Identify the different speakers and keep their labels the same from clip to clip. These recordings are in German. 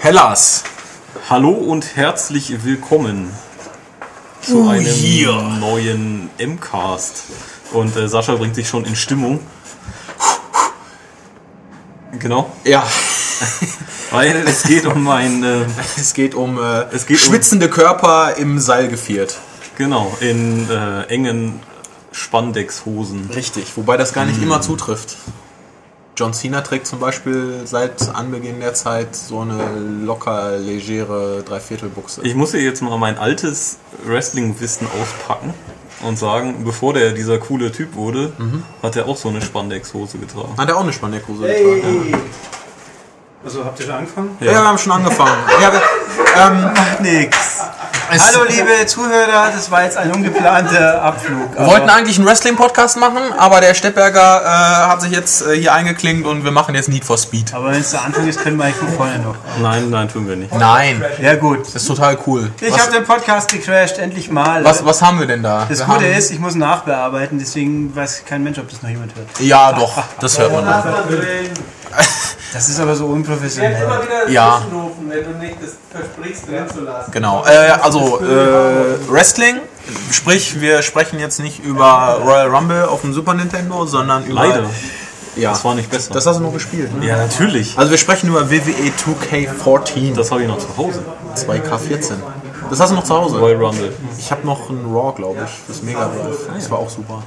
Speaker 1: Hellas.
Speaker 2: Hallo und herzlich willkommen zu
Speaker 1: Oh,
Speaker 2: einem
Speaker 1: yeah.
Speaker 2: neuen M-Cast. Und äh, Sascha bringt sich schon in Stimmung. Genau,
Speaker 1: Ja,
Speaker 2: weil es geht um ein, äh,
Speaker 1: es geht um äh,
Speaker 2: Es geht um-
Speaker 1: schwitzende Körper im Seil geviert.
Speaker 2: genau, in äh, engen Spandex-Hosen.
Speaker 1: Richtig, wobei das gar nicht immer zutrifft. John Cena trägt zum Beispiel seit Anbeginn der Zeit so eine locker legere Dreiviertelbuchse.
Speaker 2: Ich muss hier jetzt mal mein altes Wrestling-Wissen auspacken und sagen, bevor der dieser coole Typ wurde, hat er auch so eine Spandex-Hose getragen.
Speaker 1: Ah, Hat er auch eine Spandeckose getragen?
Speaker 3: Hey! Also habt ihr schon angefangen?
Speaker 1: Ja. ja, wir haben schon angefangen. Ja, wir, ähm,
Speaker 3: Nix.
Speaker 1: es-
Speaker 3: Hallo liebe Zuhörer, das war jetzt ein ungeplanter Abflug.
Speaker 1: Wir wollten eigentlich einen Wrestling-Podcast machen, aber der Steppberger äh, hat sich jetzt äh, hier eingeklinkt und wir machen jetzt Need for Speed.
Speaker 3: aber wenn es der Anfang ist, können wir eigentlich von vorne noch.
Speaker 2: Nein, nein, tun wir nicht.
Speaker 1: Nein,
Speaker 3: Ja gut.
Speaker 1: das ist total cool.
Speaker 3: Ich
Speaker 1: was,
Speaker 3: habe den Podcast gecrashed, endlich mal.
Speaker 1: was, was haben wir denn da?
Speaker 3: das
Speaker 1: wir
Speaker 3: Gute
Speaker 1: haben,
Speaker 3: ist, ich muss nachbearbeiten, deswegen weiß kein Mensch, ob das noch jemand hört.
Speaker 1: Ja, doch, das hört man. auch.
Speaker 3: Das ist aber so unprofessionell.
Speaker 1: Ja.
Speaker 4: Zwischenrufen, wenn du nicht das versprichst, drin zu lassen.
Speaker 1: Genau. Äh, also, äh, Wrestling, sprich, wir sprechen jetzt nicht über Royal Rumble auf dem Super Nintendo, sondern über.
Speaker 2: Leider,
Speaker 1: Ja.
Speaker 2: das war nicht besser.
Speaker 1: Das hast du noch gespielt, ne?
Speaker 2: ja, natürlich.
Speaker 1: Also, wir sprechen über WWE 2K14, das
Speaker 2: Das habe ich noch zu Hause.
Speaker 1: 2K14. Das hast du noch zu
Speaker 2: Royal
Speaker 1: Hause.
Speaker 2: Rumble.
Speaker 1: Ich habe noch ein Raw, glaube ich, das Mega Drive.
Speaker 2: Ah,
Speaker 1: Das war auch super.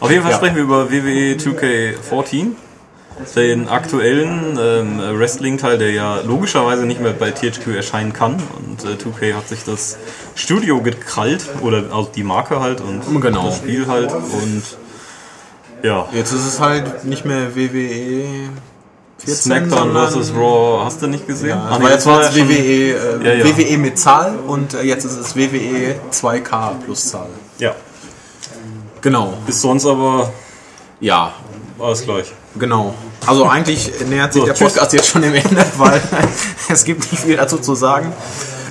Speaker 2: Auf jeden Fall
Speaker 1: Ja.
Speaker 2: sprechen wir über E WWE 2K14, den aktuellen ähm, Wrestling-Teil, der ja logischerweise nicht mehr bei THQ erscheinen kann. Und äh, 2K hat sich das Studio gekrallt, oder also die Marke halt und
Speaker 1: Genau.
Speaker 2: das Spiel halt. Und ja,
Speaker 1: Jetzt ist es halt nicht mehr WWE 14,
Speaker 2: SmackDown
Speaker 1: sondern.
Speaker 2: vs. Raw hast du nicht gesehen?
Speaker 1: Ja,
Speaker 2: Ah,
Speaker 1: es
Speaker 2: nee,
Speaker 1: war jetzt
Speaker 2: war
Speaker 1: war es
Speaker 2: ja schon-
Speaker 1: WWE, äh,
Speaker 2: Ja, ja.
Speaker 1: WWE mit Zahl und äh, jetzt ist es WWE 2K plus Zahl.
Speaker 2: Ja,
Speaker 1: Genau.
Speaker 2: ist sonst aber
Speaker 1: Ja,
Speaker 2: alles gleich.
Speaker 1: genau. Also eigentlich nähert sich
Speaker 2: So,
Speaker 1: der
Speaker 2: tschüss.
Speaker 1: Podcast jetzt schon dem Ende, weil es gibt nicht viel dazu zu sagen.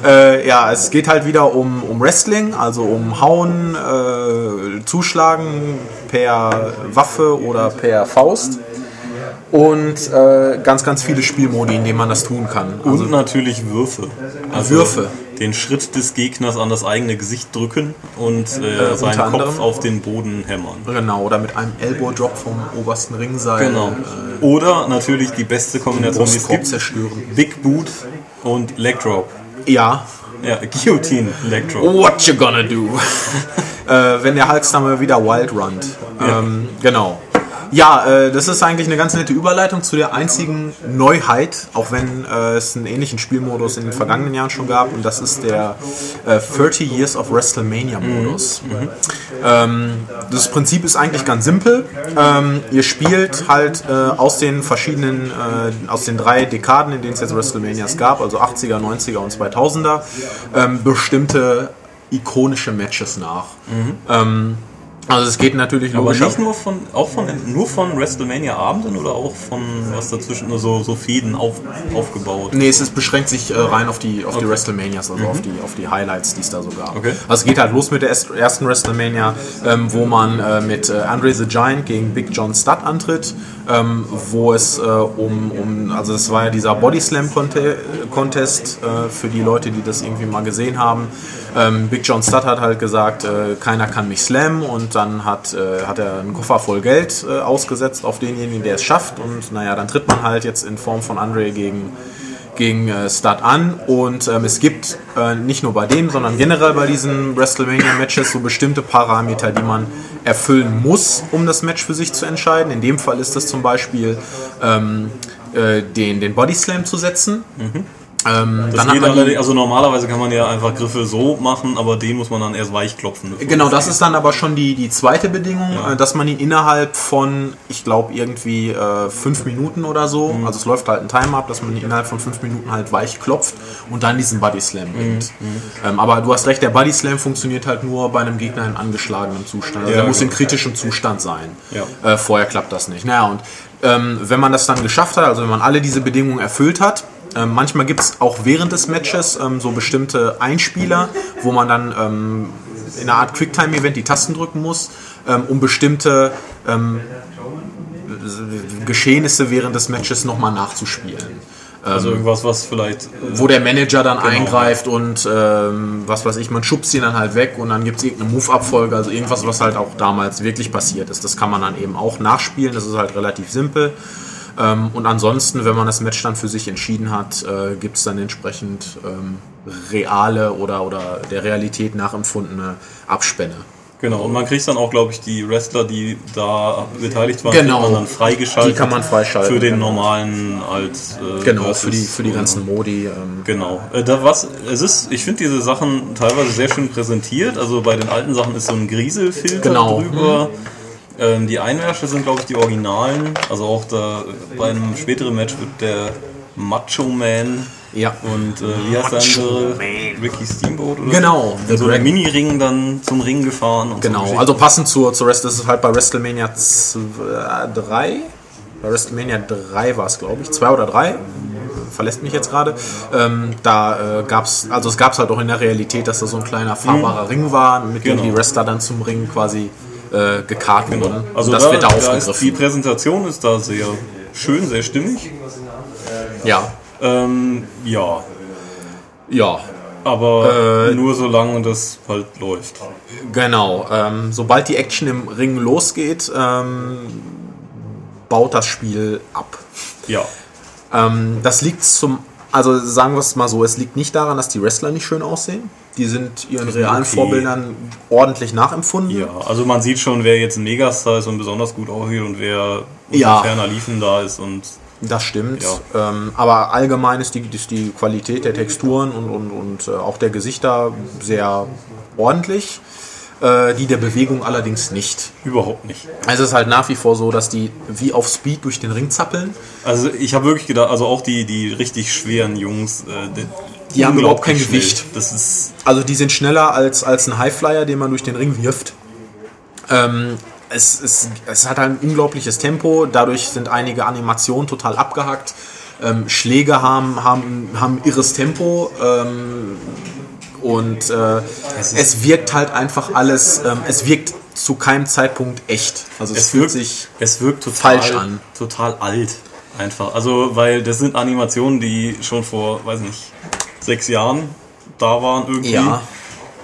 Speaker 1: Äh, ja, es geht halt wieder um, um Wrestling, also um Hauen, äh, Zuschlagen per Waffe oder per Faust. Und äh, ganz, ganz viele Spielmodi, in denen man das tun kann. Also
Speaker 2: Und natürlich Würfe. Also
Speaker 1: Würfe.
Speaker 2: Den Schritt des Gegners an das eigene Gesicht drücken und äh,
Speaker 1: unter
Speaker 2: seinen Kopf
Speaker 1: anderem.
Speaker 2: auf den Boden hämmern.
Speaker 1: Genau, oder mit einem Elbow-Drop vom obersten Ringseil.
Speaker 2: Genau. Oder natürlich die beste Kombination, die es
Speaker 1: Äh, Brustkorb
Speaker 2: gibt:
Speaker 1: zerstören.
Speaker 2: Big Boot und Leg Drop.
Speaker 1: Ja.
Speaker 2: Ja, Guillotine Leg Drop.
Speaker 1: What you gonna do? äh, wenn der Hulkstamme wieder wild runnt. Ähm, genau. Ja, äh, das ist eigentlich eine ganz nette Überleitung zu der einzigen Neuheit, auch wenn äh, es einen ähnlichen Spielmodus in den vergangenen Jahren schon gab, und das ist der äh, 30 Years of WrestleMania Modus. Ähm, das Prinzip ist eigentlich ganz simpel. Ähm, ihr spielt halt äh, aus den verschiedenen, äh, aus den drei Dekaden, in denen es jetzt WrestleManias gab, also 80er, 90er und 2000er, ähm, bestimmte ikonische Matches nach. Ähm, also es geht natürlich
Speaker 2: Mhm. Aber
Speaker 1: logisch.
Speaker 2: nicht nur von, auch von, nur von WrestleMania-Abenden oder auch von was dazwischen, nur so, so Fäden auf, aufgebaut.
Speaker 1: Nee, es ist, beschränkt sich äh, rein auf die, auf die WrestleManias, also auf, die, auf die Highlights, die es da so gab.
Speaker 2: Okay.
Speaker 1: Also es geht halt los mit der erst- ersten WrestleMania, ähm, wo man äh, mit äh, Andre the Giant gegen Big John Studd antritt, ähm, wo es äh, um, um, also es war ja dieser Body Slam Conte Contest äh, für die Leute, die das irgendwie mal gesehen haben. Ähm, Big John Studd hat halt gesagt, äh, keiner kann mich slammen und dann hat, äh, hat er einen Koffer voll Geld äh, ausgesetzt auf denjenigen, der es schafft und naja, dann tritt man halt jetzt in Form von Andre gegen gegen äh, Stud an und ähm, es gibt äh, nicht nur bei dem, sondern generell bei diesen WrestleMania-Matches so bestimmte Parameter, die man erfüllen muss, um das Match für sich zu entscheiden. In dem Fall ist das zum Beispiel ähm, äh, den, den Body Slam zu setzen. Ähm,
Speaker 2: Mhm. Das
Speaker 1: dann hat
Speaker 2: geht
Speaker 1: man
Speaker 2: allerdings,
Speaker 1: die,
Speaker 2: also normalerweise kann man ja einfach Griffe so machen, aber den muss man dann erst weich klopfen.
Speaker 1: genau, das ist dann aber schon die, die zweite Bedingung,
Speaker 2: Ja.
Speaker 1: äh, dass man ihn innerhalb von, ich glaube, irgendwie äh, fünf Minuten oder so,
Speaker 2: Mhm.
Speaker 1: also es läuft halt ein Timer ab, dass man ihn innerhalb von fünf Minuten halt weich klopft und dann diesen Body
Speaker 2: Mhm,
Speaker 1: Slam bringt. Ähm, aber du hast recht, der Body Slam funktioniert halt nur bei einem Gegner in angeschlagenem Zustand. Also
Speaker 2: Ja,
Speaker 1: er muss
Speaker 2: genau.
Speaker 1: in kritischem Zustand sein.
Speaker 2: Ja.
Speaker 1: Äh, vorher klappt das nicht. Naja, und ähm, wenn man das dann geschafft hat, also wenn man alle diese Bedingungen erfüllt hat, ähm, manchmal gibt es auch während des Matches ähm, so bestimmte Einspieler, wo man dann ähm, in einer Art Quicktime-Event die Tasten drücken muss, ähm, um bestimmte ähm, Geschehnisse während des Matches nochmal nachzuspielen.
Speaker 2: Also irgendwas, was vielleicht.
Speaker 1: wo der Manager dann eingreift und ähm, was weiß ich, man schubst ihn dann halt weg und dann gibt es irgendeine Move-Abfolge, also irgendwas, was halt auch damals wirklich passiert ist. Das kann man dann eben auch nachspielen, das ist halt relativ simpel. Ähm, und ansonsten, wenn man das Match dann für sich entschieden hat, äh, gibt es dann entsprechend ähm, reale oder, oder der Realität nachempfundene Abspänne.
Speaker 2: Genau, und man kriegt dann auch, glaube ich, die Wrestler, die da beteiligt waren,
Speaker 1: Genau.
Speaker 2: kriegt man dann freigeschaltet.
Speaker 1: Die kann man freischalten,
Speaker 2: Für den
Speaker 1: genau.
Speaker 2: normalen als. äh,
Speaker 1: Genau,
Speaker 2: Versus-
Speaker 1: für die, für die ganzen Modi. Ähm,
Speaker 2: Genau. Äh, da was, es ist, ich finde diese Sachen teilweise sehr schön präsentiert. Also bei den alten Sachen ist so ein Grieselfilter
Speaker 1: Genau.
Speaker 2: drüber. Ähm, die Einwärsche sind, glaube ich, die Originalen. Also auch da äh, bei einem späteren Match wird der Macho Man
Speaker 1: ja.
Speaker 2: und äh, wie heißt der
Speaker 1: Macho
Speaker 2: andere?
Speaker 1: Man.
Speaker 2: Ricky Steamboat oder?
Speaker 1: Genau,
Speaker 2: So,
Speaker 1: The
Speaker 2: so ein
Speaker 1: Great-
Speaker 2: Mini-Ring dann zum Ring gefahren. Und so
Speaker 1: Genau,
Speaker 2: Geschichten.
Speaker 1: also passend zur, zur Rest, das ist halt bei WrestleMania 3. Bei WrestleMania 3 war es, glaube ich. 2 oder 3. Verlässt mich jetzt gerade. Ähm, da äh, gab es, also es gab es halt auch in der Realität, dass da so ein kleiner fahrbarer Ring war, mit dem
Speaker 2: Mhm. Genau.
Speaker 1: die Wrestler dann zum Ring quasi äh, gekarrt wurden.
Speaker 2: also
Speaker 1: das
Speaker 2: da,
Speaker 1: wird da
Speaker 2: da ist, die
Speaker 1: aufgegriffen.
Speaker 2: Präsentation ist da sehr schön, sehr stimmig.
Speaker 1: ja.
Speaker 2: Ähm, ja,
Speaker 1: Ja,
Speaker 2: Aber
Speaker 1: Äh,
Speaker 2: nur solange das halt läuft.
Speaker 1: Genau, ähm, sobald die Action im Ring losgeht, ähm, baut das Spiel ab.
Speaker 2: Ja.
Speaker 1: Ähm, das liegt zum, also sagen wir es mal so, es liegt nicht daran, dass die Wrestler nicht schön aussehen. Die sind ihren realen
Speaker 2: okay.
Speaker 1: Vorbildern ordentlich nachempfunden.
Speaker 2: Ja, also man sieht schon, wer jetzt ein Megastar ist und besonders gut aussieht und wer
Speaker 1: Ja.
Speaker 2: unter ferner Liefen da ist und
Speaker 1: Das stimmt. Ähm, aber allgemein ist die, ist die Qualität der Texturen und, und, und äh, auch der Gesichter sehr ordentlich. Äh, die der Bewegung allerdings nicht.
Speaker 2: überhaupt nicht.
Speaker 1: Also es ist halt nach wie vor so, dass die wie auf Speed durch den Ring zappeln.
Speaker 2: Also ich habe wirklich gedacht, also auch die, die richtig schweren Jungs, äh, die,
Speaker 1: Die haben überhaupt kein
Speaker 2: unglaublich schnell.
Speaker 1: Gewicht.
Speaker 2: Das ist
Speaker 1: Also die sind schneller als, als ein Highflyer, den man durch den Ring wirft. Ähm, es, es, es hat halt ein unglaubliches Tempo, dadurch sind einige Animationen total abgehackt. Ähm, Schläge haben, haben, haben irres Tempo ähm, und äh, es, wirkt halt einfach alles, ähm, es wirkt zu keinem Zeitpunkt echt. Also es,
Speaker 2: es
Speaker 1: fühlt
Speaker 2: wirkt,
Speaker 1: sich
Speaker 2: es wirkt total,
Speaker 1: falsch an.
Speaker 2: Total alt. Einfach. Also, weil das sind Animationen, die schon vor, weiß nicht, sechs Jahren da waren irgendwie.
Speaker 1: Ja.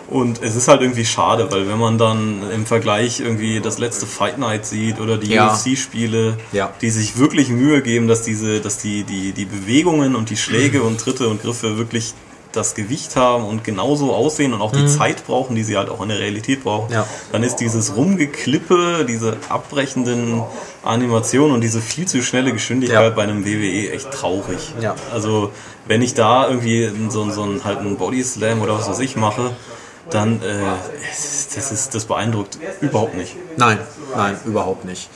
Speaker 2: Und es ist halt irgendwie schade, weil wenn man dann im Vergleich irgendwie das letzte Fight Night sieht oder die
Speaker 1: Ja.
Speaker 2: UFC-Spiele,
Speaker 1: Ja.
Speaker 2: die sich wirklich Mühe geben, dass diese, dass die, die, die Bewegungen und die Schläge und Tritte und Griffe wirklich das Gewicht haben und genauso aussehen und auch die Zeit brauchen, die sie halt auch in der Realität brauchen,
Speaker 1: Mhm. Ja.
Speaker 2: dann ist dieses Rumgeklippe, diese abbrechenden Animationen und diese viel zu schnelle Geschwindigkeit
Speaker 1: Ja.
Speaker 2: bei einem WWE echt traurig.
Speaker 1: Ja.
Speaker 2: Also wenn ich da irgendwie so, so einen, halt einen Body Slam oder was weiß ich mache, dann äh, das ist das beeindruckt überhaupt nicht.
Speaker 1: Nein, nein, überhaupt nicht.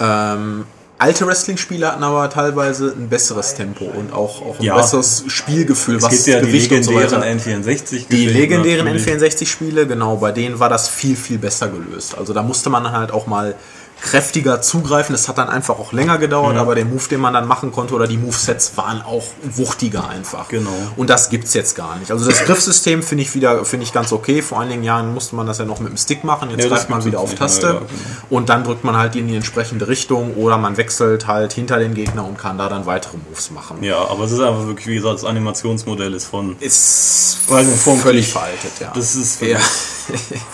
Speaker 2: Ja.
Speaker 1: Ähm, alte Wrestling-Spiele hatten aber teilweise ein besseres Tempo und auch, auch ein
Speaker 2: Ja.
Speaker 1: besseres Spielgefühl,
Speaker 2: Es gibt ja die
Speaker 1: und so
Speaker 2: legendären
Speaker 1: weiter-
Speaker 2: N64.
Speaker 1: Die
Speaker 2: Geschichten
Speaker 1: legendären
Speaker 2: natürlich.
Speaker 1: N64-Spiele, genau, bei denen war das viel, viel besser gelöst. Also da musste man halt auch mal kräftiger zugreifen. Das hat dann einfach auch länger gedauert, aber der Move, den man dann machen konnte oder die Movesets waren auch wuchtiger einfach.
Speaker 2: Genau.
Speaker 1: Und das gibt's jetzt gar nicht. Also das Griffsystem finde ich wieder, finde ich ganz okay. Vor einigen Jahren musste man das ja noch mit dem Stick machen. Jetzt
Speaker 2: Ja, das
Speaker 1: greift man
Speaker 2: gibt's
Speaker 1: wieder auf
Speaker 2: jetzt nicht
Speaker 1: Taste
Speaker 2: mehr, ja, genau.
Speaker 1: und dann drückt man halt in die entsprechende Richtung oder man wechselt halt hinter den Gegner und kann da dann weitere Moves machen.
Speaker 2: Ja, aber es ist einfach wirklich, wie gesagt, das Animationsmodell ist von.
Speaker 1: Ist
Speaker 2: Weil es vom
Speaker 1: völlig
Speaker 2: Krieg-
Speaker 1: veraltet, ja.
Speaker 2: Das ist
Speaker 1: ja.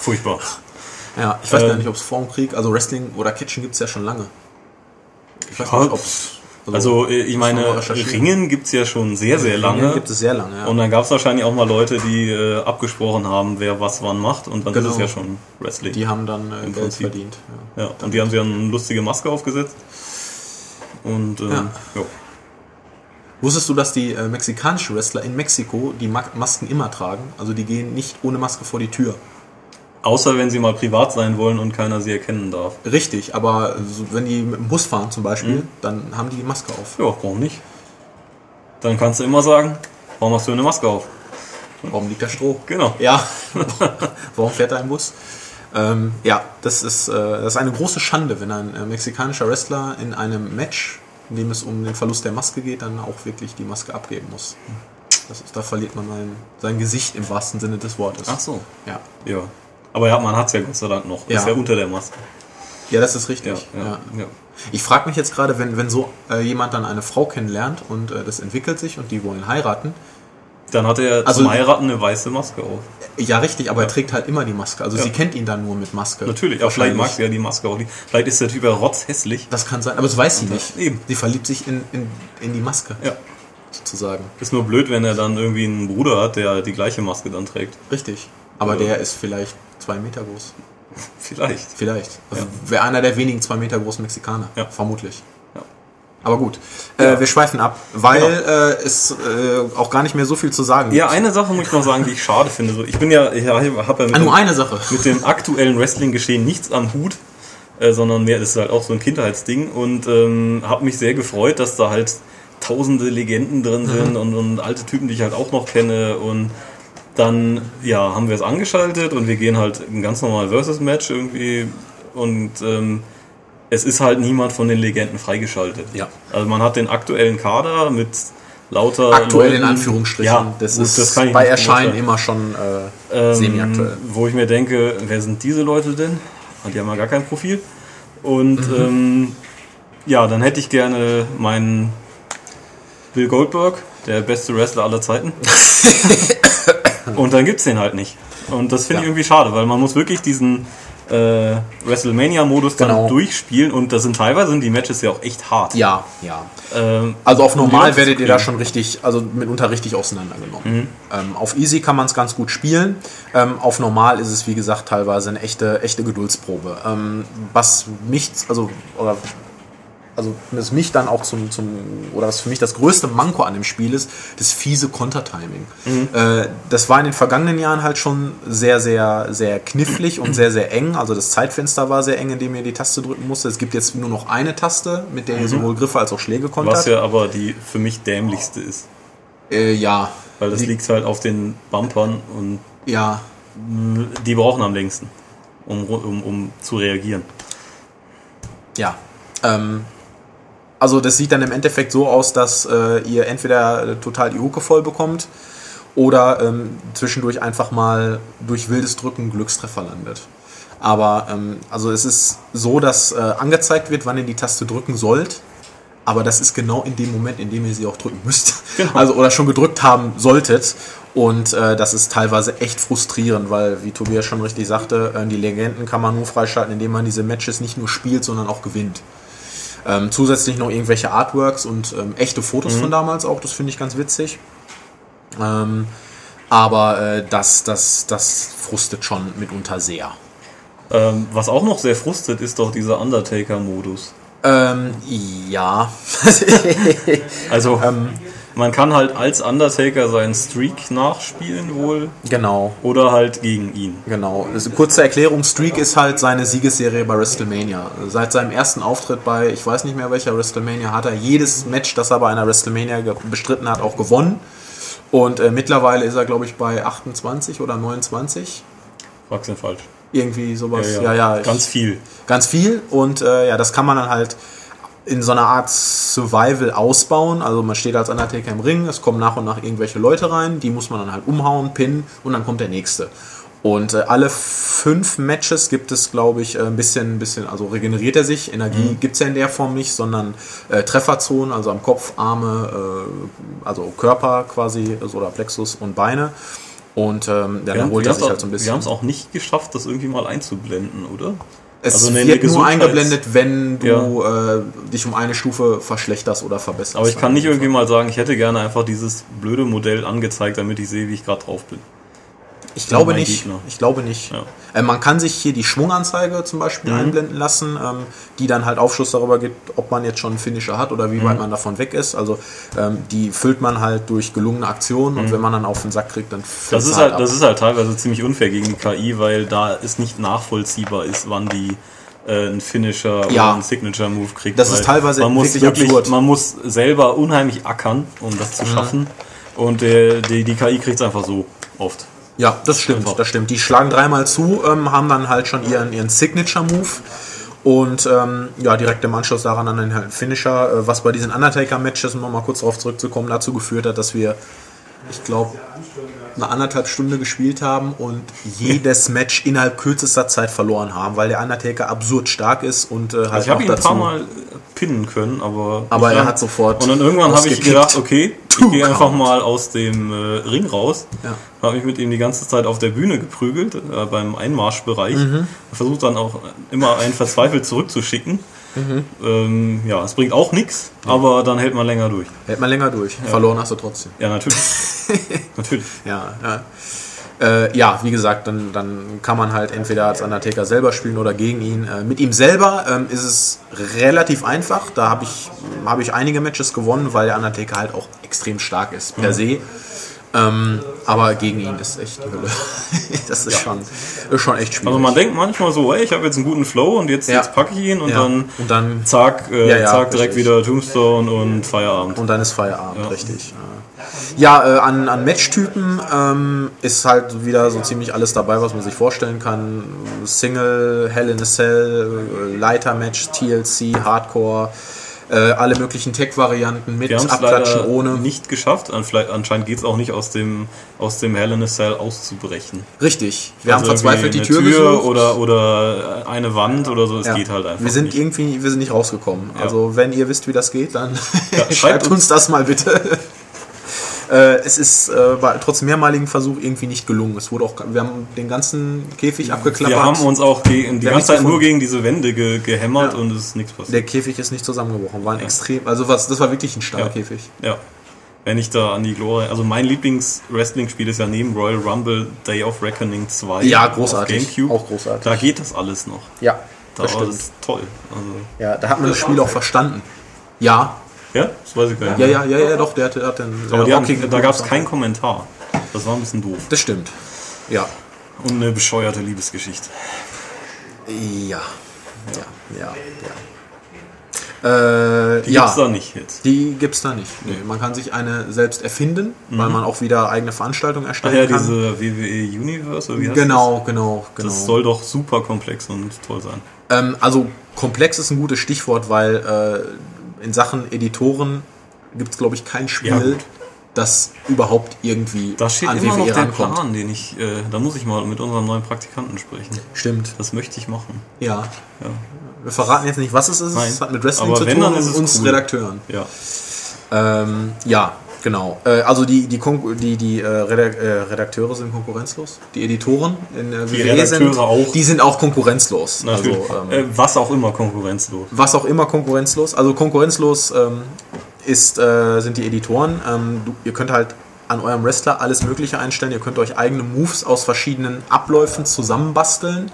Speaker 2: furchtbar.
Speaker 1: Ja, ich weiß
Speaker 2: Ähm,
Speaker 1: gar nicht, ob es vor dem Krieg, also Wrestling oder Kitchen gibt es ja schon lange. Ich weiß
Speaker 2: Ja,
Speaker 1: nicht, ob es.
Speaker 2: Also äh, ich
Speaker 1: muss man mal
Speaker 2: meine,
Speaker 1: recherchieren.
Speaker 2: Ringen gibt es ja schon sehr, sehr lange.
Speaker 1: gibt es sehr lange, ja.
Speaker 2: Und dann gab es wahrscheinlich auch mal Leute, die äh, abgesprochen haben, wer was wann macht. Und dann
Speaker 1: Genau.
Speaker 2: ist es ja schon Wrestling.
Speaker 1: die haben dann äh, Geld
Speaker 2: Prinzip.
Speaker 1: verdient. Ja.
Speaker 2: Ja, und die haben sich dann eine lustige Maske aufgesetzt. Und ähm,
Speaker 1: Ja.
Speaker 2: ja.
Speaker 1: Wusstest du, dass die äh, mexikanischen Wrestler in Mexiko die Ma Masken immer tragen? Also die gehen nicht ohne Maske vor die Tür.
Speaker 2: Außer wenn sie mal privat sein wollen und keiner sie erkennen darf.
Speaker 1: Richtig, aber so, wenn die mit dem Bus fahren zum Beispiel,
Speaker 2: Mhm.
Speaker 1: dann haben die die Maske auf.
Speaker 2: Ja, warum nicht? Dann kannst du immer sagen, warum hast du eine Maske auf?
Speaker 1: Warum liegt da Stroh?
Speaker 2: Genau.
Speaker 1: Ja, warum fährt da ein Bus? Ähm, ja, das ist, äh, das ist eine große Schande, wenn ein äh, mexikanischer Wrestler in einem Match, in dem es um den Verlust der Maske geht, dann auch wirklich die Maske abgeben muss. Das ist, da verliert man sein, sein Gesicht im wahrsten Sinne des Wortes.
Speaker 2: Ach so.
Speaker 1: Ja.
Speaker 2: Ja. Aber ja, man hat es ja Gott sei Dank noch.
Speaker 1: Ja.
Speaker 2: Ist ja unter der Maske.
Speaker 1: Ja, das ist richtig. Ja,
Speaker 2: ja.
Speaker 1: Ich frage mich jetzt gerade, wenn, wenn so äh, jemand dann eine Frau kennenlernt und äh, das entwickelt sich und die wollen heiraten.
Speaker 2: Dann hat er
Speaker 1: Also-
Speaker 2: zum Heiraten eine weiße Maske auf.
Speaker 1: Ja, richtig, aber er trägt halt immer die Maske. Also sie kennt ihn dann nur mit Maske.
Speaker 2: Natürlich, aber vielleicht
Speaker 1: Wahrscheinlich.
Speaker 2: mag sie ja die Maske auch nicht. Vielleicht ist der Typ ja rotzhässlich.
Speaker 1: Das kann sein, aber das weiß sie nicht.
Speaker 2: äh, eben.
Speaker 1: Sie verliebt sich in, in, in die Maske,
Speaker 2: Ja.
Speaker 1: sozusagen.
Speaker 2: Ist nur blöd, wenn er dann irgendwie einen Bruder hat, der die gleiche Maske dann trägt.
Speaker 1: Richtig. Aber
Speaker 2: Ja.
Speaker 1: der ist vielleicht zwei Meter groß.
Speaker 2: Vielleicht.
Speaker 1: Vielleicht. Also Wäre einer der wenigen zwei Meter großen Mexikaner.
Speaker 2: Ja.
Speaker 1: Vermutlich.
Speaker 2: Ja. Genau.
Speaker 1: Aber gut, äh, wir schweifen ab, weil äh, es äh, auch gar nicht mehr so viel zu sagen
Speaker 2: Ja, eine Sache muss ich noch sagen, die ich schade finde. So, ich bin ja, ich habe ja mit
Speaker 1: Ah,
Speaker 2: dem,
Speaker 1: nur eine Sache.
Speaker 2: mit dem aktuellen Wrestling-Geschehen nichts am Hut, äh, sondern mehr das ist halt auch so ein Kindheitsding und ähm, habe mich sehr gefreut, dass da halt tausende Legenden
Speaker 1: Mhm.
Speaker 2: drin sind und, und alte Typen, die ich halt auch noch kenne und dann ja haben wir es angeschaltet und wir gehen halt ein ganz normal Versus-Match irgendwie und ähm, es ist halt niemand von den Legenden freigeschaltet.
Speaker 1: Ja.
Speaker 2: Also man hat den aktuellen Kader mit lauter
Speaker 1: Aktuell in
Speaker 2: Leuten-
Speaker 1: Anführungsstrichen.
Speaker 2: Ja,
Speaker 1: das
Speaker 2: gut,
Speaker 1: ist
Speaker 2: das kann ich
Speaker 1: bei
Speaker 2: nicht
Speaker 1: Erscheinen
Speaker 2: beurteilen.
Speaker 1: immer schon äh,
Speaker 2: Ähm,
Speaker 1: semi-aktuell.
Speaker 2: Wo ich mir denke, wer sind diese Leute denn? Und die haben ja gar kein Profil. Und
Speaker 1: Mhm.
Speaker 2: ähm, ja, dann hätte ich gerne meinen Bill Goldberg, der beste Wrestler aller Zeiten. Und dann gibt's den halt nicht. Und das finde ich
Speaker 1: Ja.
Speaker 2: irgendwie schade, weil man muss wirklich diesen äh, WrestleMania-Modus
Speaker 1: Genau.
Speaker 2: dann durchspielen und das sind teilweise sind die Matches ja auch echt hart.
Speaker 1: Ja, ja.
Speaker 2: Ähm,
Speaker 1: Also auf normal
Speaker 2: Leute
Speaker 1: werdet ihr
Speaker 2: kriegen.
Speaker 1: da schon richtig, also mitunter richtig auseinandergenommen. Ähm, auf easy kann man es ganz gut spielen. Ähm, auf normal ist es, wie gesagt, teilweise eine echte, echte Geduldsprobe. Ähm, was mich, also, oder, also was mich dann auch zum, zum, oder was für mich das größte Manko an dem Spiel ist, das fiese Kontertiming. Äh, das war in den vergangenen Jahren halt schon sehr, sehr, sehr knifflig und sehr, sehr eng. Also das Zeitfenster war sehr eng, in dem ihr die Taste drücken musstet. Es gibt jetzt nur noch eine Taste, mit der ihr sowohl Griffe als auch Schläge kontert.
Speaker 2: was ja aber die für mich dämlichste ist.
Speaker 1: Äh, ja.
Speaker 2: Weil das
Speaker 1: Die-
Speaker 2: liegt halt auf den Bumpern und
Speaker 1: Ja.
Speaker 2: Die brauchen am längsten, um, um, um zu reagieren.
Speaker 1: Ja. Ähm, also das sieht dann im Endeffekt so aus, dass äh, ihr entweder äh, total die Hucke voll bekommt oder ähm, zwischendurch einfach mal durch wildes Drücken Glückstreffer landet. Aber ähm, also es ist so, dass äh, angezeigt wird, wann ihr die Taste drücken sollt. Aber das ist genau in dem Moment, in dem ihr sie auch drücken müsst. Also oder schon gedrückt haben solltet. Und äh, das ist teilweise echt frustrierend, weil, wie Tobias schon richtig sagte, äh, die Legenden kann man nur freischalten, indem man diese Matches nicht nur spielt, sondern auch gewinnt. Ähm, zusätzlich noch irgendwelche Artworks und ähm, echte Fotos von damals auch, das finde ich ganz witzig. Ähm, aber äh, das, das, das frustet schon mitunter sehr.
Speaker 2: Ähm, was auch noch sehr frustet, ist doch dieser Undertaker-Modus.
Speaker 1: Ähm, ja.
Speaker 2: Also,
Speaker 1: Ähm.
Speaker 2: man kann halt als Undertaker seinen Streak nachspielen wohl
Speaker 1: genau.
Speaker 2: oder halt gegen ihn.
Speaker 1: Genau. Also, kurze Erklärung: Streak ist halt seine Siegesserie bei WrestleMania. Seit seinem ersten Auftritt bei, ich weiß nicht mehr welcher WrestleMania, hat er jedes Match, das er bei einer WrestleMania ge- bestritten hat, auch gewonnen. Und äh, mittlerweile ist er, glaube ich, bei 28 oder 29.
Speaker 2: Frag's denn falsch.
Speaker 1: Irgendwie sowas. Ja, ja. ich-
Speaker 2: Ganz viel.
Speaker 1: ganz viel und äh, ja, das kann man dann halt in so einer Art Survival ausbauen. Also man steht als Undertaker im Ring, es kommen nach und nach irgendwelche Leute rein, die muss man dann halt umhauen, pinnen und dann kommt der nächste. Und äh, alle fünf Matches gibt es, glaube ich, äh, ein bisschen, ein bisschen, also regeneriert er sich. Energie
Speaker 2: Mhm.
Speaker 1: gibt's ja in der Form nicht, sondern äh, Trefferzonen, also am Kopf, Arme, äh, also Körper quasi, also, oder Plexus und Beine. Und ähm, ja, dann holt er
Speaker 2: haben's
Speaker 1: sich
Speaker 2: auch,
Speaker 1: halt so ein bisschen.
Speaker 2: wir haben's auch nicht geschafft, das irgendwie mal einzublenden, oder?
Speaker 1: Es
Speaker 2: Also eine-
Speaker 1: wird
Speaker 2: eine
Speaker 1: nur
Speaker 2: Gesundheits-
Speaker 1: eingeblendet, wenn du äh, dich um eine Stufe verschlechterst oder verbesserst.
Speaker 2: Aber ich kann nicht irgendwie mal sagen, ich hätte gerne einfach dieses blöde Modell angezeigt, damit ich sehe, wie ich gerade drauf bin.
Speaker 1: Ich glaube
Speaker 2: mein
Speaker 1: nicht.
Speaker 2: Gegner.
Speaker 1: Ich glaube nicht.
Speaker 2: Ja. Mhm.
Speaker 1: Äh, man kann sich hier die Schwunganzeige zum Beispiel einblenden lassen, ähm, die dann halt Aufschluss darüber gibt, ob man jetzt schon einen Finisher hat oder wie
Speaker 2: Mhm.
Speaker 1: weit man davon weg ist. Also ähm, die füllt man halt durch gelungene Aktionen und wenn man dann auf den Sack kriegt, dann fällt
Speaker 2: Mhm. Das ist, halt, das ist halt teilweise ziemlich unfair gegen die KI, weil da es nicht nachvollziehbar ist, wann die äh, einen Finisher
Speaker 1: Ja.
Speaker 2: oder einen Signature-Move kriegt.
Speaker 1: Das ist
Speaker 2: weil
Speaker 1: teilweise
Speaker 2: man muss
Speaker 1: wirklich
Speaker 2: wirklich,
Speaker 1: absurd. Mhm.
Speaker 2: Man muss selber unheimlich ackern, um das zu schaffen. Und äh, die, die KI kriegt es einfach so oft.
Speaker 1: Ja, das stimmt, das stimmt. Die schlagen dreimal zu, ähm, haben dann halt schon ihren, ihren Signature-Move und ähm, ja, direkt im Anschluss daran dann den halt Finisher, äh, was bei diesen Undertaker-Matches, um nochmal kurz darauf zurückzukommen, dazu geführt hat, dass wir ich glaube, eine anderthalb Stunde gespielt haben und jedes Match innerhalb kürzester Zeit verloren haben, weil der Undertaker absurd stark ist und äh, halt
Speaker 2: Also Ich habe
Speaker 1: noch
Speaker 2: ihn ein
Speaker 1: dazu.
Speaker 2: paar Mal pinnen können, aber.
Speaker 1: Aber
Speaker 2: ich
Speaker 1: er
Speaker 2: dann-
Speaker 1: hat sofort
Speaker 2: Und dann irgendwann habe ich
Speaker 1: ausgekickt.
Speaker 2: gedacht, okay,
Speaker 1: Two
Speaker 2: ich gehe einfach
Speaker 1: count.
Speaker 2: mal aus dem äh, Ring raus.
Speaker 1: Ja.
Speaker 2: Habe mich mit ihm die ganze Zeit auf der Bühne geprügelt, äh, beim Einmarschbereich.
Speaker 1: Mhm.
Speaker 2: Versucht dann auch äh, immer einen verzweifelt zurückzuschicken.
Speaker 1: Mhm.
Speaker 2: Ähm, ja, es bringt auch nichts, aber dann hält man länger durch.
Speaker 1: Hält man länger durch. Verloren hast du trotzdem.
Speaker 2: Ja, natürlich. natürlich.
Speaker 1: Ja, ja. Äh, ja, wie gesagt, dann, dann kann man halt entweder als Undertaker selber spielen oder gegen ihn. Äh, mit ihm selber ähm, ist es relativ einfach. Da habe ich, hab ich einige Matches gewonnen, weil der Undertaker halt auch extrem stark ist,
Speaker 2: Mhm.
Speaker 1: per se. Ähm, aber gegen ihn ist echt die Hölle. das ist, schon, ist schon echt schwierig.
Speaker 2: Also man denkt manchmal so, ey, ich habe jetzt einen guten Flow und jetzt,
Speaker 1: Ja.
Speaker 2: jetzt packe ich ihn und
Speaker 1: ja.
Speaker 2: dann
Speaker 1: und dann
Speaker 2: zack, äh,
Speaker 1: Ja, ja,
Speaker 2: zack, direkt
Speaker 1: richtig.
Speaker 2: wieder Tombstone und Feierabend.
Speaker 1: Und dann ist Feierabend, richtig. Ja, ja äh, an, an Matchtypen ähm, ist halt wieder so ziemlich alles dabei, was man sich vorstellen kann. Single, Hell in a Cell, äh, Leiter-Match, TLC, Hardcore, äh, alle möglichen Tech-Varianten mit
Speaker 2: Wir haben es
Speaker 1: Abklatschen
Speaker 2: leider
Speaker 1: ohne.
Speaker 2: nicht geschafft. An- vielleicht- Anscheinend geht es auch nicht aus dem, aus dem Hell in a Cell auszubrechen.
Speaker 1: Richtig, wir haben
Speaker 2: Also
Speaker 1: verzweifelt die
Speaker 2: irgendwie
Speaker 1: Tür,
Speaker 2: eine
Speaker 1: gesucht.
Speaker 2: oder, oder eine Wand oder so. Es
Speaker 1: Ja.
Speaker 2: geht halt einfach
Speaker 1: wir sind
Speaker 2: nicht.
Speaker 1: irgendwie wir sind nicht rausgekommen. Also wenn ihr wisst, wie das geht, dann schreibt,
Speaker 2: schreibt
Speaker 1: uns das mal bitte. Äh, es ist äh, bei, trotz mehrmaligen Versuch irgendwie nicht gelungen. Es wurde auch, wir haben den ganzen Käfig abgeklappert.
Speaker 2: Wir haben uns auch gegen, die
Speaker 1: haben
Speaker 2: ganze
Speaker 1: nichts
Speaker 2: Zeit
Speaker 1: gefunden.
Speaker 2: nur gegen diese Wände ge, gehämmert
Speaker 1: Ja.
Speaker 2: und es ist nichts passiert.
Speaker 1: der Käfig ist nicht zusammengebrochen. War ein extrem, also was, das war wirklich ein starker
Speaker 2: Ja.
Speaker 1: Käfig.
Speaker 2: Ja. Wenn ich da an die Glory, also mein Lieblings-Wrestling-Spiel ist ja neben Royal Rumble Day of Reckoning 2.
Speaker 1: Ja,
Speaker 2: auf
Speaker 1: großartig.
Speaker 2: GameCube.
Speaker 1: Auch großartig.
Speaker 2: Da geht das alles noch.
Speaker 1: Ja,
Speaker 2: Da
Speaker 1: das
Speaker 2: war
Speaker 1: stimmt.
Speaker 2: das toll. Also,
Speaker 1: Ja, da hat man das Spiel auch verstanden. Ja,
Speaker 2: ja, das weiß ich gar nicht.
Speaker 1: ja, ja, ja, ja, doch, der hatte, hat den.
Speaker 2: Aber die
Speaker 1: ja,
Speaker 2: haben,
Speaker 1: okay,
Speaker 2: da gab es keinen Kommentar. Das war ein bisschen doof.
Speaker 1: Das stimmt. Ja,
Speaker 2: Und eine bescheuerte Liebesgeschichte.
Speaker 1: Ja, ja, ja, ja. Äh,
Speaker 2: Die
Speaker 1: ja,
Speaker 2: gibt's da nicht jetzt.
Speaker 1: die gibt's da nicht. Nee, man kann sich eine selbst erfinden, weil man auch wieder eigene Veranstaltungen
Speaker 2: Mhm. Ach
Speaker 1: erstellen
Speaker 2: ja,
Speaker 1: kann.
Speaker 2: diese WWE Universe, oder wie heißt
Speaker 1: genau, genau, genau.
Speaker 2: das? Das soll doch super komplex und toll sein.
Speaker 1: Ähm, also komplex ist ein gutes Stichwort, weil äh, in Sachen Editoren gibt es, glaube ich, kein
Speaker 2: Ja,
Speaker 1: Spiel,
Speaker 2: gut.
Speaker 1: das überhaupt irgendwie
Speaker 2: Da steht
Speaker 1: an
Speaker 2: immer noch
Speaker 1: WWE
Speaker 2: der
Speaker 1: rankommt.
Speaker 2: Plan, den ich, äh, da muss ich mal mit unserem neuen Praktikanten sprechen.
Speaker 1: Stimmt,
Speaker 2: Das möchte ich machen.
Speaker 1: ja.
Speaker 2: Ja.
Speaker 1: Wir verraten jetzt nicht, was es ist.
Speaker 2: Nein.
Speaker 1: Es hat mit Wrestling
Speaker 2: Aber
Speaker 1: zu
Speaker 2: wenn,
Speaker 1: tun
Speaker 2: dann ist
Speaker 1: und
Speaker 2: es
Speaker 1: uns
Speaker 2: cool.
Speaker 1: Redakteuren.
Speaker 2: Ja.
Speaker 1: Ähm, ja, genau. Äh, also die, die, Kon die, die äh, Redak äh, Redakteure sind konkurrenzlos. Die Editoren in äh, WWE sind,
Speaker 2: Redakteure auch.
Speaker 1: die sind auch konkurrenzlos.
Speaker 2: Natürlich.
Speaker 1: Also, ähm,
Speaker 2: äh, was auch immer konkurrenzlos.
Speaker 1: was auch immer konkurrenzlos. Also konkurrenzlos ähm, ist, äh, sind die Editoren. Ähm, du, ihr könnt halt an eurem Wrestler alles Mögliche einstellen. Ihr könnt euch eigene Moves aus verschiedenen Abläufen zusammenbasteln.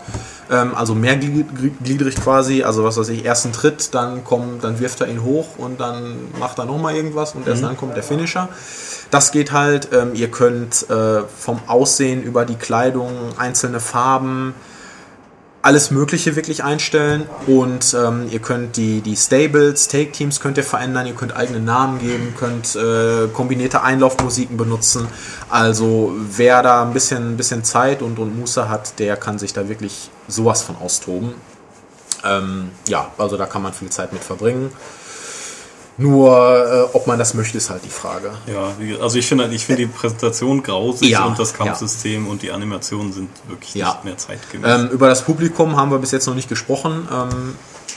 Speaker 1: Ähm, also mehrgliedrig quasi. Also was weiß ich, ersten Tritt, dann kommt, dann wirft er ihn hoch und dann macht er nochmal irgendwas und erst dann kommt der Finisher. Das geht halt. Ähm, ihr könnt äh, vom Aussehen über die Kleidung, einzelne Farben, alles Mögliche wirklich einstellen und ähm, ihr könnt die, die Stables, Take-Teams könnt ihr verändern, ihr könnt eigene Namen geben, könnt äh, kombinierte Einlaufmusiken benutzen. Also wer da ein bisschen, ein bisschen Zeit und, und Muße hat, der kann sich da wirklich sowas von austoben. Ähm, ja, also da kann man viel Zeit mit verbringen. Nur äh, ob man das möchte, ist halt die Frage.
Speaker 2: Ja, wie- also ich finde ich finde die Präsentation grausig
Speaker 1: Ja,
Speaker 2: und das
Speaker 1: ja.
Speaker 2: Kampfsystem und die Animationen sind wirklich
Speaker 1: Ja.
Speaker 2: nicht mehr zeitgemäß.
Speaker 1: Ähm, über das Publikum haben wir bis jetzt noch nicht gesprochen. Ähm,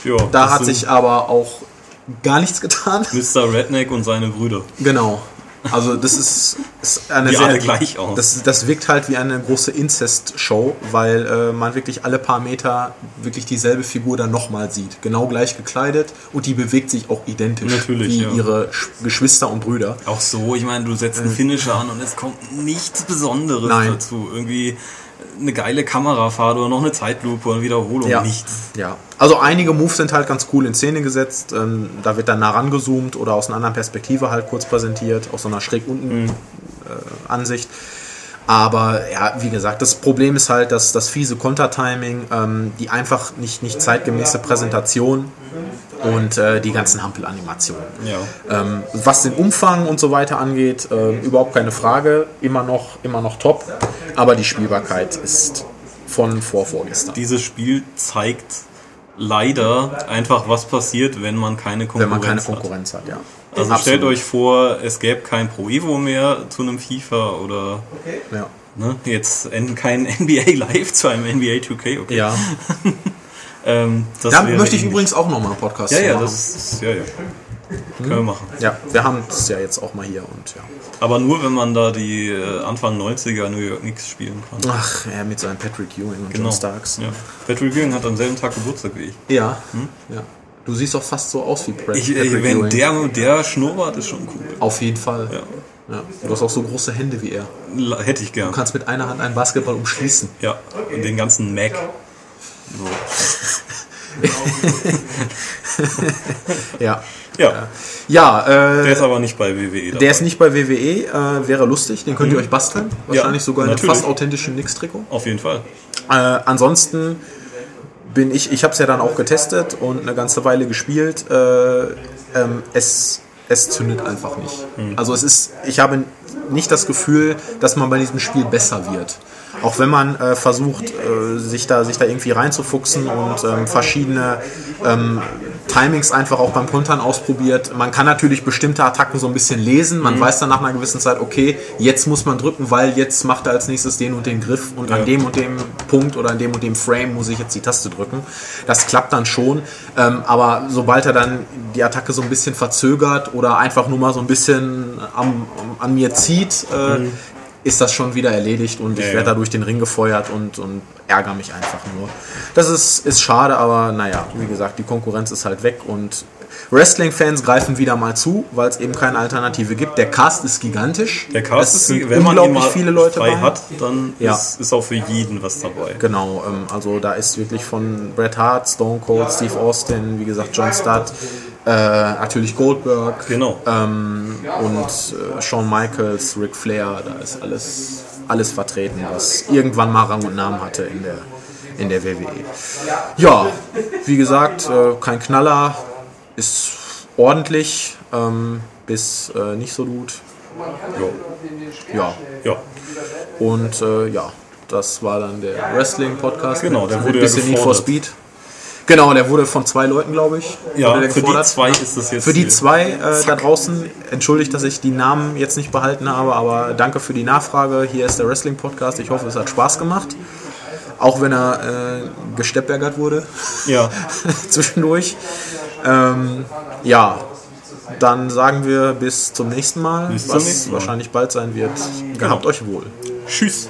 Speaker 2: ja,
Speaker 1: da
Speaker 2: das
Speaker 1: hat
Speaker 2: sind
Speaker 1: sich aber auch gar nichts getan.
Speaker 2: Mr. Redneck und seine Brüder.
Speaker 1: Genau. Also das ist, ist eine
Speaker 2: Die
Speaker 1: sehr,
Speaker 2: alle gleich aus.
Speaker 1: Das, das wirkt halt wie eine große Inzest-Show, weil äh, man wirklich alle paar Meter wirklich dieselbe Figur dann nochmal sieht. Genau gleich gekleidet und die bewegt sich auch identisch
Speaker 2: Natürlich,
Speaker 1: wie
Speaker 2: ja.
Speaker 1: ihre Sch- Geschwister und Brüder.
Speaker 2: Auch so, ich meine, du setzt einen Finisher an und es kommt nichts Besonderes
Speaker 1: Äh. Nein.
Speaker 2: dazu. Irgendwie eine geile Kamerafahrt oder noch eine Zeitlupe und Wiederholung.
Speaker 1: Ja.
Speaker 2: Nichts.
Speaker 1: Ja. Also einige Moves sind halt ganz cool in Szene gesetzt. Ähm, da wird dann nah rangezoomt oder aus einer anderen Perspektive halt kurz präsentiert, aus so einer schräg
Speaker 2: Mhm.
Speaker 1: unten äh, Ansicht. Aber ja, wie gesagt, das Problem ist halt, dass das fiese Kontertiming, ähm, die einfach nicht, nicht zeitgemäße Präsentation und äh, die ganzen Hampelanimationen.
Speaker 2: Ja.
Speaker 1: Ähm, was den Umfang und so weiter angeht, ähm, überhaupt keine Frage, immer noch, immer noch top. Aber die Spielbarkeit ist von vor vorgestern.
Speaker 2: Dieses Spiel zeigt leider einfach, was passiert, wenn man keine Konkurrenz,
Speaker 1: Wenn man keine
Speaker 2: hat.
Speaker 1: Konkurrenz hat, ja.
Speaker 2: Also
Speaker 1: Absolut.
Speaker 2: stellt euch vor, es gäbe kein Pro Evo mehr zu einem FIFA oder
Speaker 4: Okay.
Speaker 1: Ja.
Speaker 2: ne, jetzt en- kein NBA Live zu einem NBA 2K. Okay.
Speaker 1: ja.
Speaker 2: Ähm, das
Speaker 1: Da
Speaker 2: wäre
Speaker 1: möchte ich
Speaker 2: ähnlich.
Speaker 1: übrigens auch nochmal einen Podcast
Speaker 2: Ja,
Speaker 1: zu
Speaker 2: ja,
Speaker 1: machen.
Speaker 2: das ist, ja, ja. Können wir machen.
Speaker 1: ja, wir haben es ja jetzt auch mal hier und ja.
Speaker 2: Aber nur, wenn man da die äh, Anfang 90er New York Knicks spielen kann.
Speaker 1: Ach, er mit seinem Patrick Ewing und John Starks.
Speaker 2: Genau. Ja. Patrick Ewing hat am selben Tag Geburtstag wie ich.
Speaker 1: Ja. ja. Du siehst doch fast so aus wie Brad-
Speaker 2: ich äh,
Speaker 1: Patrick
Speaker 2: wenn
Speaker 1: Ewing.
Speaker 2: der, der Schnurrbart ist schon cool.
Speaker 1: Auf jeden Fall.
Speaker 2: Ja.
Speaker 1: Ja. Du hast auch so große Hände wie er. Du
Speaker 2: La- Hätte ich gern.
Speaker 1: kannst mit einer Hand einen Basketball umschließen.
Speaker 2: Ja, und den ganzen Mac. So.
Speaker 1: Ja.
Speaker 2: Ja,
Speaker 1: Ja, äh,
Speaker 2: der ist aber nicht bei WWE. Dabei.
Speaker 1: der ist nicht bei WWE, äh, wäre lustig, den könnt ihr euch basteln. Wahrscheinlich sogar in einem
Speaker 2: Mhm. natürlich.
Speaker 1: fast authentischen Nix-Trikot.
Speaker 2: Auf jeden Fall.
Speaker 1: Äh, ansonsten bin ich, ich habe es ja dann auch getestet und eine ganze Weile gespielt. Äh, ähm, es, es zündet einfach nicht. Also es ist, ich habe nicht das Gefühl, dass man bei diesem Spiel besser wird. Auch wenn man äh, versucht, äh, sich, da, sich da irgendwie reinzufuchsen und ähm, verschiedene ähm, Timings einfach auch beim Kontern ausprobiert. Man kann natürlich bestimmte Attacken so ein bisschen lesen.
Speaker 2: Mhm.
Speaker 1: Man weiß dann nach einer gewissen Zeit, okay, jetzt muss man drücken, weil jetzt macht er als nächstes den und den Griff und an
Speaker 2: Ja.
Speaker 1: dem und dem Punkt oder an dem und dem Frame muss ich jetzt die Taste drücken. Das klappt dann schon. Ähm, aber sobald er dann die Attacke so ein bisschen verzögert oder einfach nur mal so ein bisschen am, an mir zieht, äh, ist das schon wieder erledigt und ich
Speaker 2: Mhm. Ja,
Speaker 1: werde
Speaker 2: ja.
Speaker 1: da durch den Ring gefeuert und, und ärgere mich einfach nur. Das ist, ist schade, aber naja, wie gesagt, die Konkurrenz ist halt weg und Wrestling-Fans greifen wieder mal zu, weil es eben keine Alternative gibt. Der Cast ist gigantisch.
Speaker 2: Der Cast
Speaker 1: Es
Speaker 2: ist,
Speaker 1: sind
Speaker 2: wenn man ihn
Speaker 1: unglaublich
Speaker 2: mal
Speaker 1: viele Leute
Speaker 2: frei
Speaker 1: bei.
Speaker 2: hat, dann
Speaker 1: Ja.
Speaker 2: ist, ist auch für jeden was dabei.
Speaker 1: Genau, ähm, also da ist wirklich von Bret Hart, Stone Cold, Steve Austin, wie gesagt, John Studd, äh, natürlich Goldberg
Speaker 2: Genau.
Speaker 1: ähm, und äh, Shawn Michaels, Ric Flair, da ist alles, alles vertreten, was irgendwann mal Rang und Namen hatte in der, in der WWE. Ja, wie gesagt, äh, kein Knaller, ist ordentlich, ähm, bis äh, nicht so gut. Ja,
Speaker 2: Ja,
Speaker 1: und äh, ja, das war dann der Wrestling-Podcast.
Speaker 2: Genau,
Speaker 1: mit-
Speaker 2: der
Speaker 1: mit
Speaker 2: wurde ja
Speaker 1: bisschen Need for
Speaker 2: gefordert.
Speaker 1: Speed. Genau, der wurde von zwei Leuten, glaube ich.
Speaker 2: ja
Speaker 1: wurde der
Speaker 2: für die
Speaker 1: gefordert.
Speaker 2: zwei ist das jetzt
Speaker 1: Für die
Speaker 2: hier.
Speaker 1: zwei äh, da draußen, entschuldigt, dass ich die Namen jetzt nicht behalten habe, aber danke für die Nachfrage. Hier ist der Wrestling-Podcast. Ich hoffe, es hat Spaß gemacht. Auch wenn er äh, gesteppbergert wurde
Speaker 2: Ja,
Speaker 1: zwischendurch. Ähm, ja, dann sagen wir bis zum nächsten Mal,
Speaker 2: Bis zum
Speaker 1: was
Speaker 2: nächsten Mal.
Speaker 1: wahrscheinlich bald sein wird. Gehabt euch wohl.
Speaker 2: tschüss.